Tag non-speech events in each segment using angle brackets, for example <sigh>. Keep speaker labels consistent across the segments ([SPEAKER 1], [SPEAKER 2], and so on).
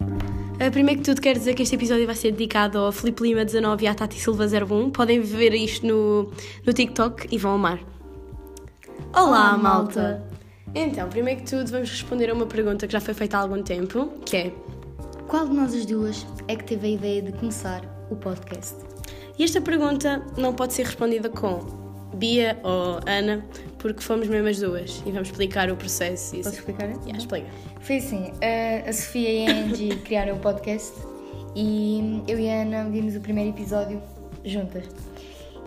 [SPEAKER 1] Uh, primeiro que tudo, quero dizer que este episódio vai ser dedicado ao Filipe Lima 19 e à Tati Silva 01. Podem ver isto no, no TikTok e vão amar. Olá,
[SPEAKER 2] Olá,
[SPEAKER 1] malta!
[SPEAKER 2] malta.
[SPEAKER 1] Então, primeiro que tudo, vamos responder a uma pergunta que já foi feita há algum tempo, que é...
[SPEAKER 2] Qual de nós as duas é que teve a ideia de começar o podcast?
[SPEAKER 1] E esta pergunta não pode ser respondida com Bia ou Ana, porque fomos mesmo as duas e vamos explicar o processo. E assim.
[SPEAKER 2] Posso explicar?
[SPEAKER 1] Yeah, explica.
[SPEAKER 2] Foi assim, a- a Sofia e a Angie criaram o podcast e eu e a Ana vimos o primeiro episódio juntas.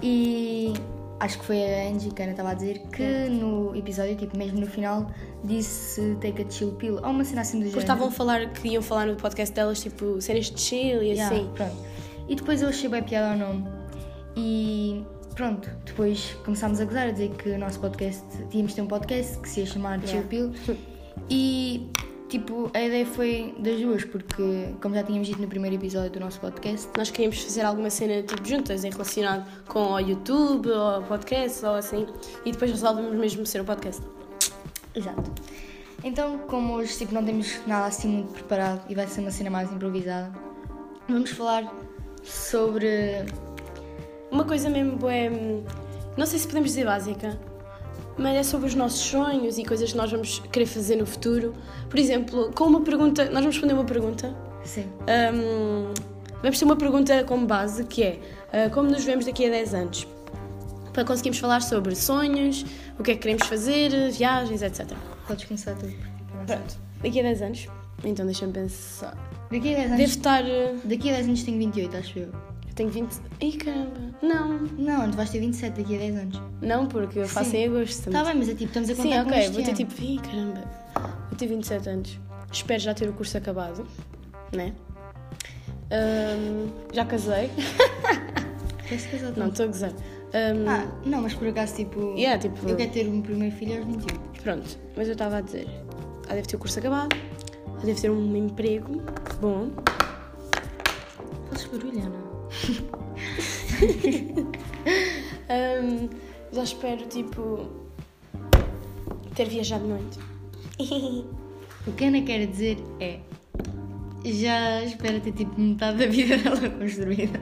[SPEAKER 2] E acho que foi a Angie que a Ana estava a dizer que no episódio, tipo mesmo no final, disse take a chill pill ou uma cena assim do
[SPEAKER 1] Porque
[SPEAKER 2] género.
[SPEAKER 1] estavam a falar que iam falar no podcast delas, tipo, cenas de chill e
[SPEAKER 2] Yeah,
[SPEAKER 1] assim.
[SPEAKER 2] Pronto. E depois eu achei bem piada ao nome. E pronto, depois começámos a gozar, a dizer que o nosso podcast, tínhamos de ter um podcast que se ia chamar Chill
[SPEAKER 1] Yeah.
[SPEAKER 2] Pill. E tipo, a ideia foi das duas, porque como já tínhamos dito no primeiro episódio do nosso podcast,
[SPEAKER 1] Nós queríamos fazer alguma cena, tipo, juntas, em relacionado com o YouTube ou podcast ou assim. E depois resolvemos mesmo ser um podcast.
[SPEAKER 2] Exato. Então, como hoje tipo, não temos nada assim muito preparado e vai ser uma cena mais improvisada, vamos falar sobre.
[SPEAKER 1] Uma coisa mesmo é. Não sei se podemos dizer básica, mas é sobre os nossos sonhos e coisas que nós vamos querer fazer no futuro. Por exemplo, com uma pergunta. Nós vamos responder uma pergunta.
[SPEAKER 2] Sim.
[SPEAKER 1] Hum, vamos ter uma pergunta como base que é: ah, Como nos vemos daqui a 10 anos? Para conseguirmos falar sobre sonhos, o que é que queremos fazer, viagens, etc.
[SPEAKER 2] Podes começar tu.
[SPEAKER 1] Pronto, daqui a 10 anos. Então deixa-me pensar.
[SPEAKER 2] Daqui a 10 anos.
[SPEAKER 1] Devo estar. ah,
[SPEAKER 2] Daqui a 10 anos tenho 28, acho eu.
[SPEAKER 1] Tenho 20. Ih caramba! Não,
[SPEAKER 2] Não, tu vais ter 27 daqui a 10 anos.
[SPEAKER 1] não, porque eu faço
[SPEAKER 2] Sim.
[SPEAKER 1] em agosto.
[SPEAKER 2] Está bem, mas é tipo, estamos a contar
[SPEAKER 1] Sim,
[SPEAKER 2] com
[SPEAKER 1] ok,
[SPEAKER 2] este
[SPEAKER 1] vou ter
[SPEAKER 2] ano.
[SPEAKER 1] tipo, ih, caramba, vou ter 27 anos. Espero já ter o curso acabado, né? Ahm, já casei.
[SPEAKER 2] Queres casar
[SPEAKER 1] Não, estou a gozar. Ahm,
[SPEAKER 2] Ah, não, mas por acaso tipo...
[SPEAKER 1] Yeah, tipo-
[SPEAKER 2] Eu quero ter um primeiro filho aos um. 28.
[SPEAKER 1] Pronto, mas eu estava a dizer, já deve ter o curso acabado, já deve ter um emprego bom.
[SPEAKER 2] Fazes barulho, Ana?
[SPEAKER 1] Ahm, já espero, tipo, ter viajado muito.
[SPEAKER 2] O que a Ana quer dizer é... Já espero ter tipo metade da vida <laughs> dela construída.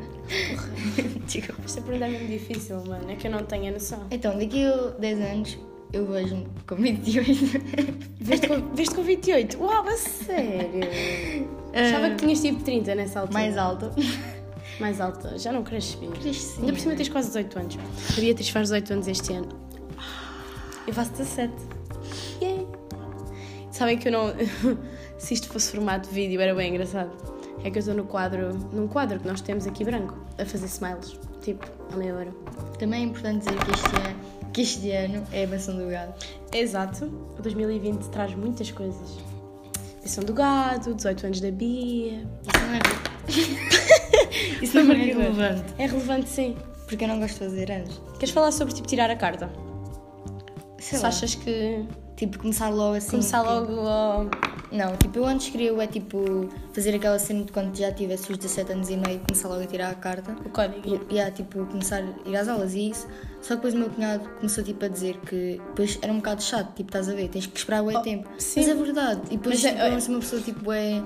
[SPEAKER 2] <laughs> Desculpa.
[SPEAKER 1] Esta pergunta é mesmo difícil, mano, é que eu não tenho a noção.
[SPEAKER 2] Então, daqui a 10 anos eu vejo-me com 28.
[SPEAKER 1] <laughs> Veste com, veste com 28? Uau, a
[SPEAKER 2] <laughs>
[SPEAKER 1] sério! Achava que tinhas tipo 30 nessa altura.
[SPEAKER 2] Mais alta.
[SPEAKER 1] Mais alta, já não cresci.
[SPEAKER 2] Cresci,
[SPEAKER 1] Ainda por cima
[SPEAKER 2] Ana.
[SPEAKER 1] tens quase 18 anos. A Beatriz faz 18 anos este ano. Eu faço 17. Yay! Sabem que eu não. <laughs> Se isto fosse formato de vídeo era bem engraçado. É que eu estou no quadro, num quadro que nós temos aqui branco, a fazer smiles, tipo, à meia hora.
[SPEAKER 2] Também é importante dizer que este ano, que este ano é a maçã do gado.
[SPEAKER 1] Exato. O 2020 traz muitas coisas. Missão do gado, 18 anos da Bia.
[SPEAKER 2] Isso
[SPEAKER 1] <laughs>
[SPEAKER 2] não é. Isso não <laughs> é relevante.
[SPEAKER 1] É relevante sim.
[SPEAKER 2] Porque eu não gosto de fazer anos.
[SPEAKER 1] Queres falar sobre tipo tirar a carta?
[SPEAKER 2] Sei
[SPEAKER 1] Se
[SPEAKER 2] lá.
[SPEAKER 1] achas que
[SPEAKER 2] Tipo, começar logo assim.
[SPEAKER 1] começar
[SPEAKER 2] tipo-
[SPEAKER 1] logo ao.
[SPEAKER 2] Não, tipo, eu antes queria é tipo fazer aquela cena de quando já tivesse os 17 anos e meio, começar logo a tirar a carta.
[SPEAKER 1] O código.
[SPEAKER 2] E yeah, tipo, começar a ir às aulas e isso. Só que depois o meu cunhado começou tipo a dizer que depois era um bocado chato, tipo, estás a ver, tens que esperar bué tempo.
[SPEAKER 1] Oh, sim.
[SPEAKER 2] Mas é verdade. E depois
[SPEAKER 1] Mas é-
[SPEAKER 2] tipo, torna-se uma pessoa tipo é.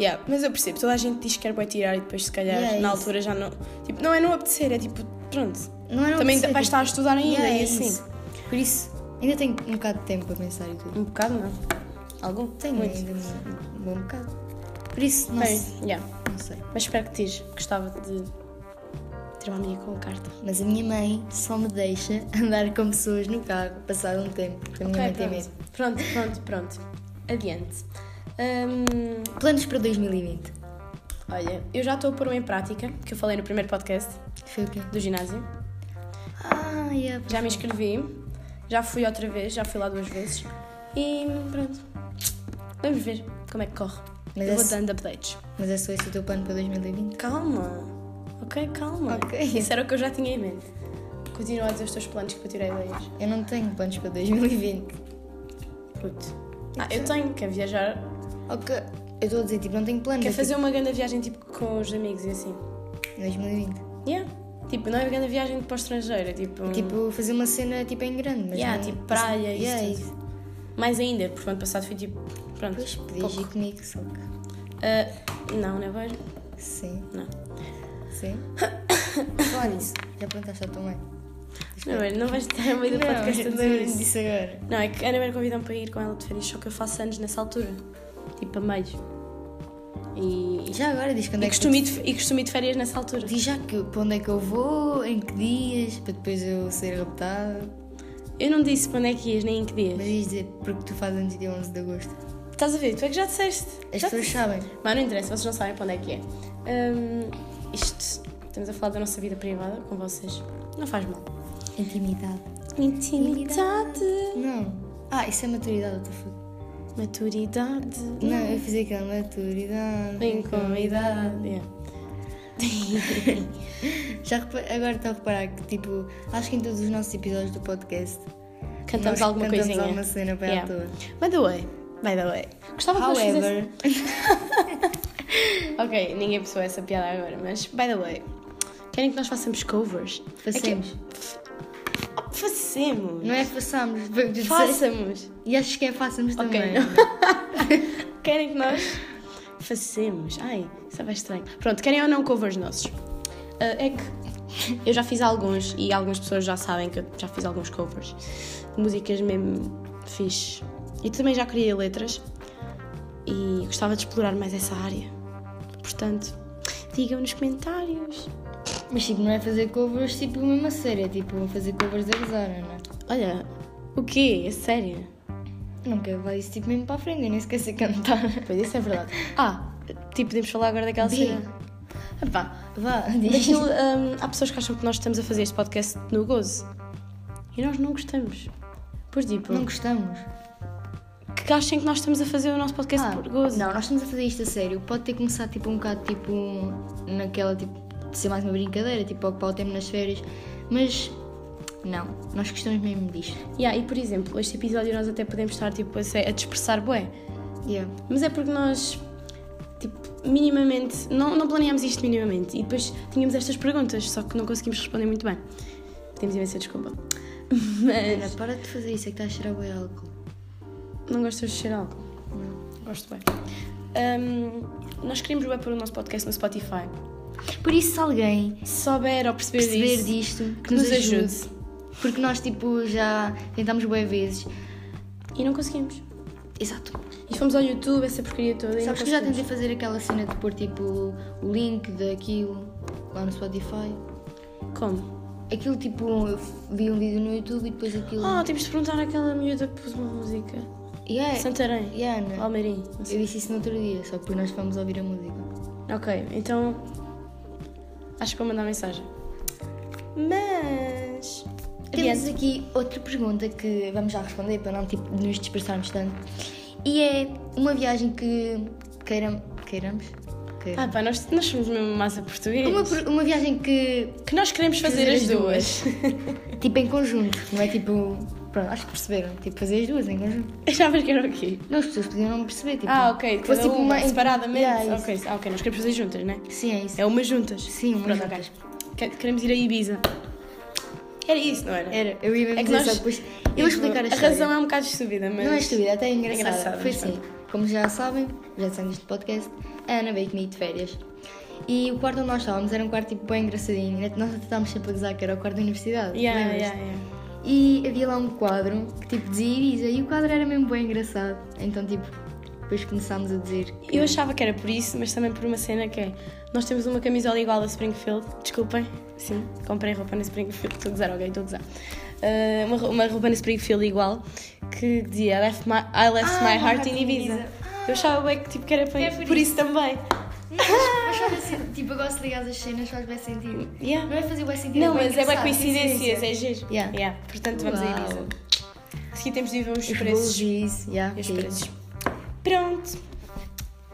[SPEAKER 1] Yeah, mas eu percebo, toda a gente diz que quer bué tirar e depois se calhar
[SPEAKER 2] Yeah, é
[SPEAKER 1] na
[SPEAKER 2] isso.
[SPEAKER 1] altura já não. Tipo, não é não apetecer, é tipo, pronto.
[SPEAKER 2] Não era
[SPEAKER 1] Também
[SPEAKER 2] vai
[SPEAKER 1] vais estar a estudar ainda e assim.
[SPEAKER 2] Por é isso, ainda tenho um bocado de tempo para pensar e tudo.
[SPEAKER 1] Um bocado, não? Algum?
[SPEAKER 2] Tenho
[SPEAKER 1] Muito.
[SPEAKER 2] ainda um, um bom bocado. Por isso, não, sei,
[SPEAKER 1] Bem, yeah.
[SPEAKER 2] não sei.
[SPEAKER 1] Mas espero que tires. Gostava de ter uma amiga com carta.
[SPEAKER 2] Mas a minha mãe só me deixa <laughs> andar com pessoas no carro passado um tempo. porque A minha mãe
[SPEAKER 1] Ok,
[SPEAKER 2] tem
[SPEAKER 1] pronto.
[SPEAKER 2] medo.
[SPEAKER 1] pronto, pronto, pronto. Adiante. Hum,
[SPEAKER 2] Planos para 2020.
[SPEAKER 1] olha, eu já estou a pôr um em prática, que eu falei no primeiro podcast
[SPEAKER 2] Foi o quê?
[SPEAKER 1] do ginásio.
[SPEAKER 2] Ah, yeah,
[SPEAKER 1] Já me inscrevi, já fui outra vez, já fui lá duas vezes e pronto. Vamos ver como é que corre.
[SPEAKER 2] Mas
[SPEAKER 1] Eu vou
[SPEAKER 2] esse-
[SPEAKER 1] dando updates.
[SPEAKER 2] Mas é só esse o teu plano para 2020?
[SPEAKER 1] Calma, ok, calma.
[SPEAKER 2] Ok.
[SPEAKER 1] Isso era o que eu já tinha em mente. Continua a dizer os teus planos que eu tirei ideias.
[SPEAKER 2] Eu não tenho planos para 2020.
[SPEAKER 1] Puto. Ah, eu tenho, quero viajar,
[SPEAKER 2] Ok. Eu estou a dizer, tipo, não tenho planos.
[SPEAKER 1] quero
[SPEAKER 2] é, tipo,
[SPEAKER 1] fazer uma grande viagem tipo com os amigos e assim.
[SPEAKER 2] 2020.
[SPEAKER 1] Yeah. Tipo, não é uma grande viagem para o estrangeiro, é tipo.
[SPEAKER 2] Tipo, fazer uma cena tipo em grande, mas
[SPEAKER 1] yeah,
[SPEAKER 2] não-
[SPEAKER 1] tipo praia e
[SPEAKER 2] Yeah,
[SPEAKER 1] isso. tudo. Mais ainda, porque o ano passado fui tipo. Pronto,
[SPEAKER 2] Pois, podias
[SPEAKER 1] pouco.
[SPEAKER 2] ir comigo, só que...
[SPEAKER 1] Ah, não, não é bom?
[SPEAKER 2] Sim,
[SPEAKER 1] Não. <coughs>
[SPEAKER 2] sim. Só nisso. Já perguntaste à tua mãe? é.
[SPEAKER 1] Não, é olha, não vais estar a meio do podcast a dizer
[SPEAKER 2] lembro-me
[SPEAKER 1] isso.
[SPEAKER 2] é disso agora.
[SPEAKER 1] Não, é que a Ana Vera convidou-me para ir com ela de férias, só que eu faço anos nessa altura. Tipo, a meio. E,
[SPEAKER 2] Já agora diz quando
[SPEAKER 1] e,
[SPEAKER 2] é que tu-
[SPEAKER 1] costumo ir de, fe- e costumo ir de férias nessa altura.
[SPEAKER 2] Diz já que, para onde é que eu vou, em que dias, para depois eu ser raptada.
[SPEAKER 1] Eu não disse para onde é que ias, nem em que
[SPEAKER 2] Mas
[SPEAKER 1] dias.
[SPEAKER 2] ias dizer porque tu fazes antes dia 11 de agosto.
[SPEAKER 1] Estás a ver? Tu é que já disseste.
[SPEAKER 2] As
[SPEAKER 1] Já
[SPEAKER 2] pessoas
[SPEAKER 1] disseste.
[SPEAKER 2] sabem.
[SPEAKER 1] Mas não interessa, vocês não sabem para onde é que é. Hum, isto, estamos a falar da nossa vida privada com vocês. Não faz mal.
[SPEAKER 2] Intimidade.
[SPEAKER 1] Intimidade.
[SPEAKER 2] Não. Ah, isso é maturidade, eu tô foda.
[SPEAKER 1] Maturidade.
[SPEAKER 2] Não, eu fiz aquela maturidade.
[SPEAKER 1] Vem com a idade. É.
[SPEAKER 2] Já repa- agora estou a reparar que, tipo, acho que em todos os nossos episódios do podcast
[SPEAKER 1] Cantamos
[SPEAKER 2] nós
[SPEAKER 1] alguma
[SPEAKER 2] cantamos
[SPEAKER 1] coisinha.
[SPEAKER 2] alguma cena para
[SPEAKER 1] Yeah.
[SPEAKER 2] a toa.
[SPEAKER 1] By the way, by the way. Gostava que nós fizesse...
[SPEAKER 2] However,
[SPEAKER 1] Ok, ninguém pensou essa piada agora, mas by the way. Querem que nós façamos covers?
[SPEAKER 2] façamos.
[SPEAKER 1] É que- Facemos.
[SPEAKER 2] Não é <laughs> façamos.
[SPEAKER 1] Façamos.
[SPEAKER 2] E acho que é façamos
[SPEAKER 1] Ok,
[SPEAKER 2] também.
[SPEAKER 1] não. Querem que nós façamos? Ai, isso é bem estranho. Pronto, querem ou não covers nossos? Ah, é que eu já fiz alguns e algumas pessoas já sabem que eu já fiz alguns covers de músicas mesmo fixe. E também já criei letras e gostava de explorar mais essa área. Portanto, digam nos comentários.
[SPEAKER 2] Mas tipo, não é fazer covers tipo mesmo a sério, é tipo fazer covers a gozar, não é?
[SPEAKER 1] Olha, o quê? É sério?
[SPEAKER 2] Não quero levar isso tipo mesmo para a frente, eu nem esqueci de cantar.
[SPEAKER 1] Pois isso é verdade. Ah, tipo, podemos falar agora daquela
[SPEAKER 2] Diga.
[SPEAKER 1] cena. Epá,
[SPEAKER 2] Vá, diz.
[SPEAKER 1] Daquilo, hum, há pessoas que acham que nós estamos a fazer este podcast no gozo. E nós não gostamos. Por tipo,
[SPEAKER 2] Não gostamos.
[SPEAKER 1] que achem que nós estamos a fazer o nosso podcast por gozo.
[SPEAKER 2] Ah, Não, nós estamos a fazer isto a sério. Pode ter começado tipo um bocado tipo naquela tipo de ser mais uma brincadeira, tipo ocupar o tempo nas férias, mas não, nós gostamos mesmo disto.
[SPEAKER 1] Yeah, e por exemplo, este episódio nós até podemos estar tipo, a, ser- a dispersar bué.
[SPEAKER 2] Yeah.
[SPEAKER 1] Mas é porque nós, tipo, minimamente, não, não planeámos isto minimamente. E depois tínhamos estas perguntas, só que não conseguimos responder muito bem. Pedimos imensa desculpa. <laughs> Mas
[SPEAKER 2] Ana, para de fazer isso, é que estás a cheirar bem álcool.
[SPEAKER 1] não gostas de cheirar álcool? Gosto bem. Hum, nós queremos bué pôr o nosso podcast no Spotify.
[SPEAKER 2] Por isso, se alguém
[SPEAKER 1] se souber ou perceber,
[SPEAKER 2] perceber
[SPEAKER 1] isso,
[SPEAKER 2] disto, que,
[SPEAKER 1] que
[SPEAKER 2] nos ajude. Porque nós tipo já tentámos bem vezes.
[SPEAKER 1] E não conseguimos.
[SPEAKER 2] Exato.
[SPEAKER 1] E fomos ao YouTube, essa porcaria toda. e
[SPEAKER 2] Sabes
[SPEAKER 1] não
[SPEAKER 2] que eu já
[SPEAKER 1] conseguimos.
[SPEAKER 2] tentei fazer aquela cena de pôr tipo o link daquilo lá no Spotify.
[SPEAKER 1] Como?
[SPEAKER 2] Aquilo tipo, eu vi um vídeo no YouTube e depois aquilo.
[SPEAKER 1] Ah, temos de perguntar àquela miúda que pôs uma música.
[SPEAKER 2] yeah,
[SPEAKER 1] Santarém.
[SPEAKER 2] yeah, é, Ana.
[SPEAKER 1] Almeirim. não sei.
[SPEAKER 2] Eu disse isso no outro dia, só que depois nós fomos ouvir a música.
[SPEAKER 1] Ok, então. Acho que vou mandar mensagem. Mas.
[SPEAKER 2] Temos
[SPEAKER 1] Adiante.
[SPEAKER 2] aqui outra pergunta que vamos já responder para não tipo, nos dispersarmos tanto. E é uma viagem que queiram, queiramos?
[SPEAKER 1] Ah,
[SPEAKER 2] Queiramos.
[SPEAKER 1] pá, nós, nós somos mesmo massa português.
[SPEAKER 2] uma, per- uma viagem que,
[SPEAKER 1] Que nós queremos fazer,
[SPEAKER 2] Fazer
[SPEAKER 1] as
[SPEAKER 2] as
[SPEAKER 1] duas.
[SPEAKER 2] tipo, em conjunto, não é tipo. Pronto, acho que perceberam. Tipo, fazer as duas em conjunto.
[SPEAKER 1] <laughs> Achavas que era o quê?
[SPEAKER 2] Não, as pessoas podiam não perceber. Tipo,
[SPEAKER 1] Ah, ok,
[SPEAKER 2] que
[SPEAKER 1] depois
[SPEAKER 2] fosse,
[SPEAKER 1] tipo uma,
[SPEAKER 2] em-
[SPEAKER 1] separadamente.
[SPEAKER 2] Yeah, isso.
[SPEAKER 1] ok, ah, ok, nós queremos fazer juntas, né?
[SPEAKER 2] Sim, é isso.
[SPEAKER 1] É uma juntas.
[SPEAKER 2] Sim, umas
[SPEAKER 1] Pronto,
[SPEAKER 2] juntas.
[SPEAKER 1] ok. Que- Queremos ir a Ibiza. Era isso, não era?
[SPEAKER 2] Era, eu ia mesmo
[SPEAKER 1] É que
[SPEAKER 2] dizer
[SPEAKER 1] nós-
[SPEAKER 2] só depois. Eu vou explicar a
[SPEAKER 1] a
[SPEAKER 2] história.
[SPEAKER 1] razão é um bocado estúpida, mas.
[SPEAKER 2] Não é estúpida, até é engraçada.
[SPEAKER 1] engraçado,
[SPEAKER 2] Foi
[SPEAKER 1] mas
[SPEAKER 2] assim, como já sabem, já disseram neste podcast, a Ana veio comigo de férias. E o quarto onde nós estávamos era um quarto tipo bem engraçadinho. Nós até estávamos sempre a gozar que era o quarto da universidade.
[SPEAKER 1] Yeah,
[SPEAKER 2] lembras-te?
[SPEAKER 1] yeah, yeah.
[SPEAKER 2] E havia lá um quadro que tipo dizia Ibiza e o quadro era mesmo bem engraçado. Então tipo, depois começámos a dizer.
[SPEAKER 1] Eu achava que era por isso, mas também por uma cena que é. Nós temos uma camisola igual da Springfield, desculpem, sim, comprei roupa na Springfield, estou a gozar alguém, estou a gozar. Ah, uma, ro- uma roupa na Springfield igual que dizia I left my, I left
[SPEAKER 2] Ah,
[SPEAKER 1] my heart in Ibiza. Eu achava bem que, tipo, que era para-
[SPEAKER 2] É
[SPEAKER 1] por,
[SPEAKER 2] por
[SPEAKER 1] isso. também.
[SPEAKER 2] Mas faz bem sentido, tipo, agora se ligares as cenas faz bem sentido.
[SPEAKER 1] Yeah.
[SPEAKER 2] Não é fazer bem sentido.
[SPEAKER 1] Não, mas é bem
[SPEAKER 2] engraçado. tipo,
[SPEAKER 1] coincidências, é giro.
[SPEAKER 2] Yeah.
[SPEAKER 1] Portanto, vamos a
[SPEAKER 2] Uau.
[SPEAKER 1] Ibiza. Aqui temos de ir ver é os
[SPEAKER 2] Os
[SPEAKER 1] preços.
[SPEAKER 2] bolos e isso, yeah,
[SPEAKER 1] E os
[SPEAKER 2] é isso.
[SPEAKER 1] preços. Pronto.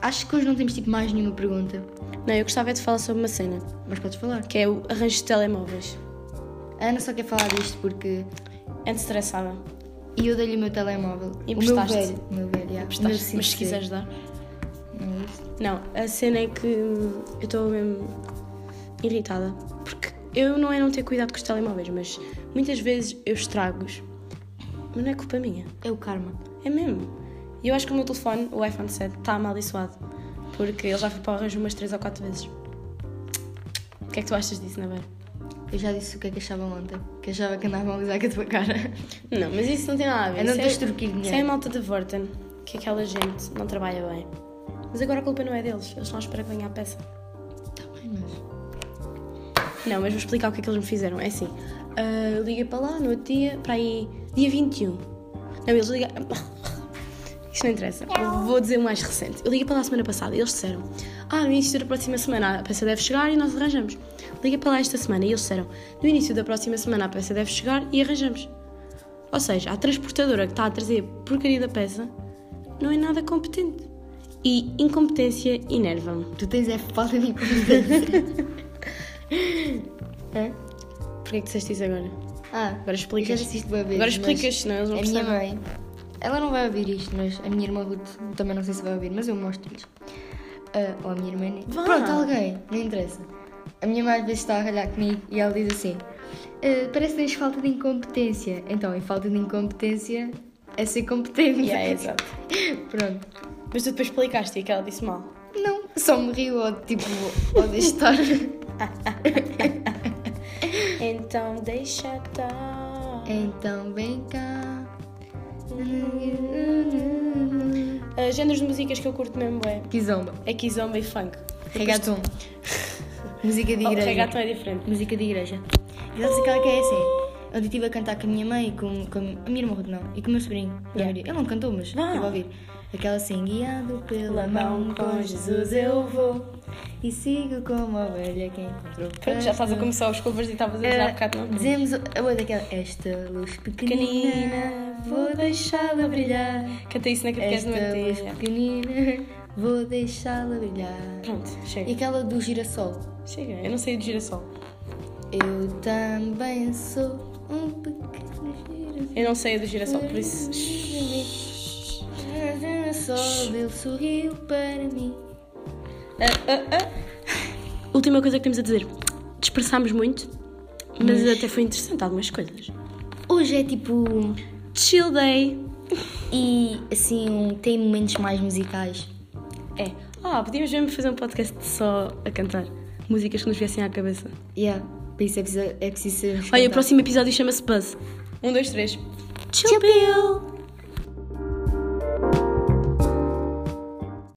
[SPEAKER 2] Acho que hoje não temos tipo mais nenhuma pergunta,
[SPEAKER 1] Não, eu gostava é de falar sobre uma cena,
[SPEAKER 2] mas podes falar.
[SPEAKER 1] que é o arranjo de telemóveis.
[SPEAKER 2] A Ana só quer falar disto porque
[SPEAKER 1] Antes estressada.
[SPEAKER 2] eu dei-lhe o meu telemóvel.
[SPEAKER 1] E
[SPEAKER 2] o meu
[SPEAKER 1] emprestaste.
[SPEAKER 2] velho. O meu velho, já. O meu
[SPEAKER 1] Estás, mas se
[SPEAKER 2] 5C.
[SPEAKER 1] quiseres dar.
[SPEAKER 2] Não é isso?
[SPEAKER 1] Não, a cena é que hum, eu estou mesmo irritada. Porque eu não é não ter cuidado com os telemóveis, mas muitas vezes eu estrago-os. Mas não é culpa minha.
[SPEAKER 2] É o karma.
[SPEAKER 1] É mesmo. E eu acho que o meu telefone, o iPhone 7, está amaldiçoado. Porque ele já foi para o arranjo umas 3 ou 4 vezes. O que é que tu achas disso, não é?
[SPEAKER 2] Eu já disse o que é que achava ontem. Que achava que andava a usar com a tua cara. <laughs>
[SPEAKER 1] Não, mas isso não tem nada a ver.
[SPEAKER 2] É não
[SPEAKER 1] Isso
[SPEAKER 2] destruir dinheiro.
[SPEAKER 1] Isso é a malta de Vorten, que aquela gente não trabalha bem. Mas agora a culpa não é deles, eles estão à espera que venha a peça.
[SPEAKER 2] Tá bem, mas.
[SPEAKER 1] Não, mas vou explicar o que é que eles me fizeram. É assim, ah, eu liguei para lá no outro dia, para aí, dia 21. Não, eles ligaram. <laughs> Isto não interessa, eu vou dizer o mais recente. Eu liguei para lá a semana passada e eles disseram: Ah, no início da próxima semana a peça deve chegar e nós arranjamos. Liguei para lá esta semana e eles disseram: No início da próxima semana a peça deve chegar e arranjamos. Ou seja, a transportadora que está a trazer porcaria da peça não é nada competente. E incompetência enerva-me.
[SPEAKER 2] Tu tens é falta
[SPEAKER 1] <laughs>
[SPEAKER 2] de incompetência. Hã?
[SPEAKER 1] Porquê é que disseste isso agora?
[SPEAKER 2] Ah,
[SPEAKER 1] Agora explicas.
[SPEAKER 2] eu Já disse isto boa vez,
[SPEAKER 1] Agora
[SPEAKER 2] mas
[SPEAKER 1] explicas, senão eles vão
[SPEAKER 2] A minha
[SPEAKER 1] perceber.
[SPEAKER 2] mãe, ela não vai ouvir isto, mas a minha irmã Ruth, também não sei se vai ouvir, mas eu mostro-lhes. Ah, ou a minha irmã. nem-
[SPEAKER 1] Vá.
[SPEAKER 2] Pronto, alguém, não interessa. A minha mãe às vezes está a olhar comigo e ela diz assim: "Ah, Parece que tens falta de incompetência. Então, em falta de incompetência é ser competente.
[SPEAKER 1] <laughs>
[SPEAKER 2] <laughs>
[SPEAKER 1] Yeah, exato.
[SPEAKER 2] Pronto.
[SPEAKER 1] Mas tu depois explicaste e que ela disse mal.
[SPEAKER 2] Não, só me rio ou tipo, ou deixo estar.
[SPEAKER 1] <laughs> Então deixa estar.
[SPEAKER 2] então, vem cá.
[SPEAKER 1] As Uhum. Hum. géneros de músicas que eu curto mesmo é,
[SPEAKER 2] Kizomba.
[SPEAKER 1] é kizomba e funk. <laughs>
[SPEAKER 2] Regaton. Música de
[SPEAKER 1] Tipo Oh,
[SPEAKER 2] igreja.
[SPEAKER 1] reggaeton é diferente.
[SPEAKER 2] Música de igreja. E sabes aquela que é assim? Eu estive a cantar com a minha mãe e com, com a minha irmã Ruth, não, e com o meu sobrinho.
[SPEAKER 1] Yeah.
[SPEAKER 2] Ele não cantou, mas
[SPEAKER 1] Ah.
[SPEAKER 2] estive a ouvir. Aquela assim, guiado pela
[SPEAKER 1] Pela
[SPEAKER 2] mão
[SPEAKER 1] mão
[SPEAKER 2] com Jesus eu vou e sigo como a ovelha que encontrou. Eh,
[SPEAKER 1] Pronto, já estás a começar os covers e estavas a dizer há bocado, não?
[SPEAKER 2] Dizemos a outra daquela. Esta luz pequenina,
[SPEAKER 1] Pequenina,
[SPEAKER 2] vou deixá-la brilhar.
[SPEAKER 1] Cantei isso na é? catequese
[SPEAKER 2] Esta luz
[SPEAKER 1] no
[SPEAKER 2] pequenina, vou deixá-la brilhar.
[SPEAKER 1] Pronto,
[SPEAKER 2] E
[SPEAKER 1] chega.
[SPEAKER 2] aquela do girassol.
[SPEAKER 1] Chega, eu não sei de girassol.
[SPEAKER 2] Eu também sou um pequeno
[SPEAKER 1] Eu não sei a do girassol, por isso.
[SPEAKER 2] girassol. Girassol, ele sorriu para mim.
[SPEAKER 1] Ah, ah, ah. Última coisa que temos a dizer. Dispersámos muito, mas, até foi interessante algumas coisas.
[SPEAKER 2] Hoje é tipo.
[SPEAKER 1] Chill day.
[SPEAKER 2] E assim, um- tem momentos mais musicais.
[SPEAKER 1] É. Ah, podíamos mesmo fazer um podcast só a cantar músicas que nos viessem à cabeça.
[SPEAKER 2] Yeah, para isso é preciso, é preciso ser.
[SPEAKER 1] Olha, o próximo episódio chama-se Buzz. Um, dois, três.
[SPEAKER 2] Chill pill.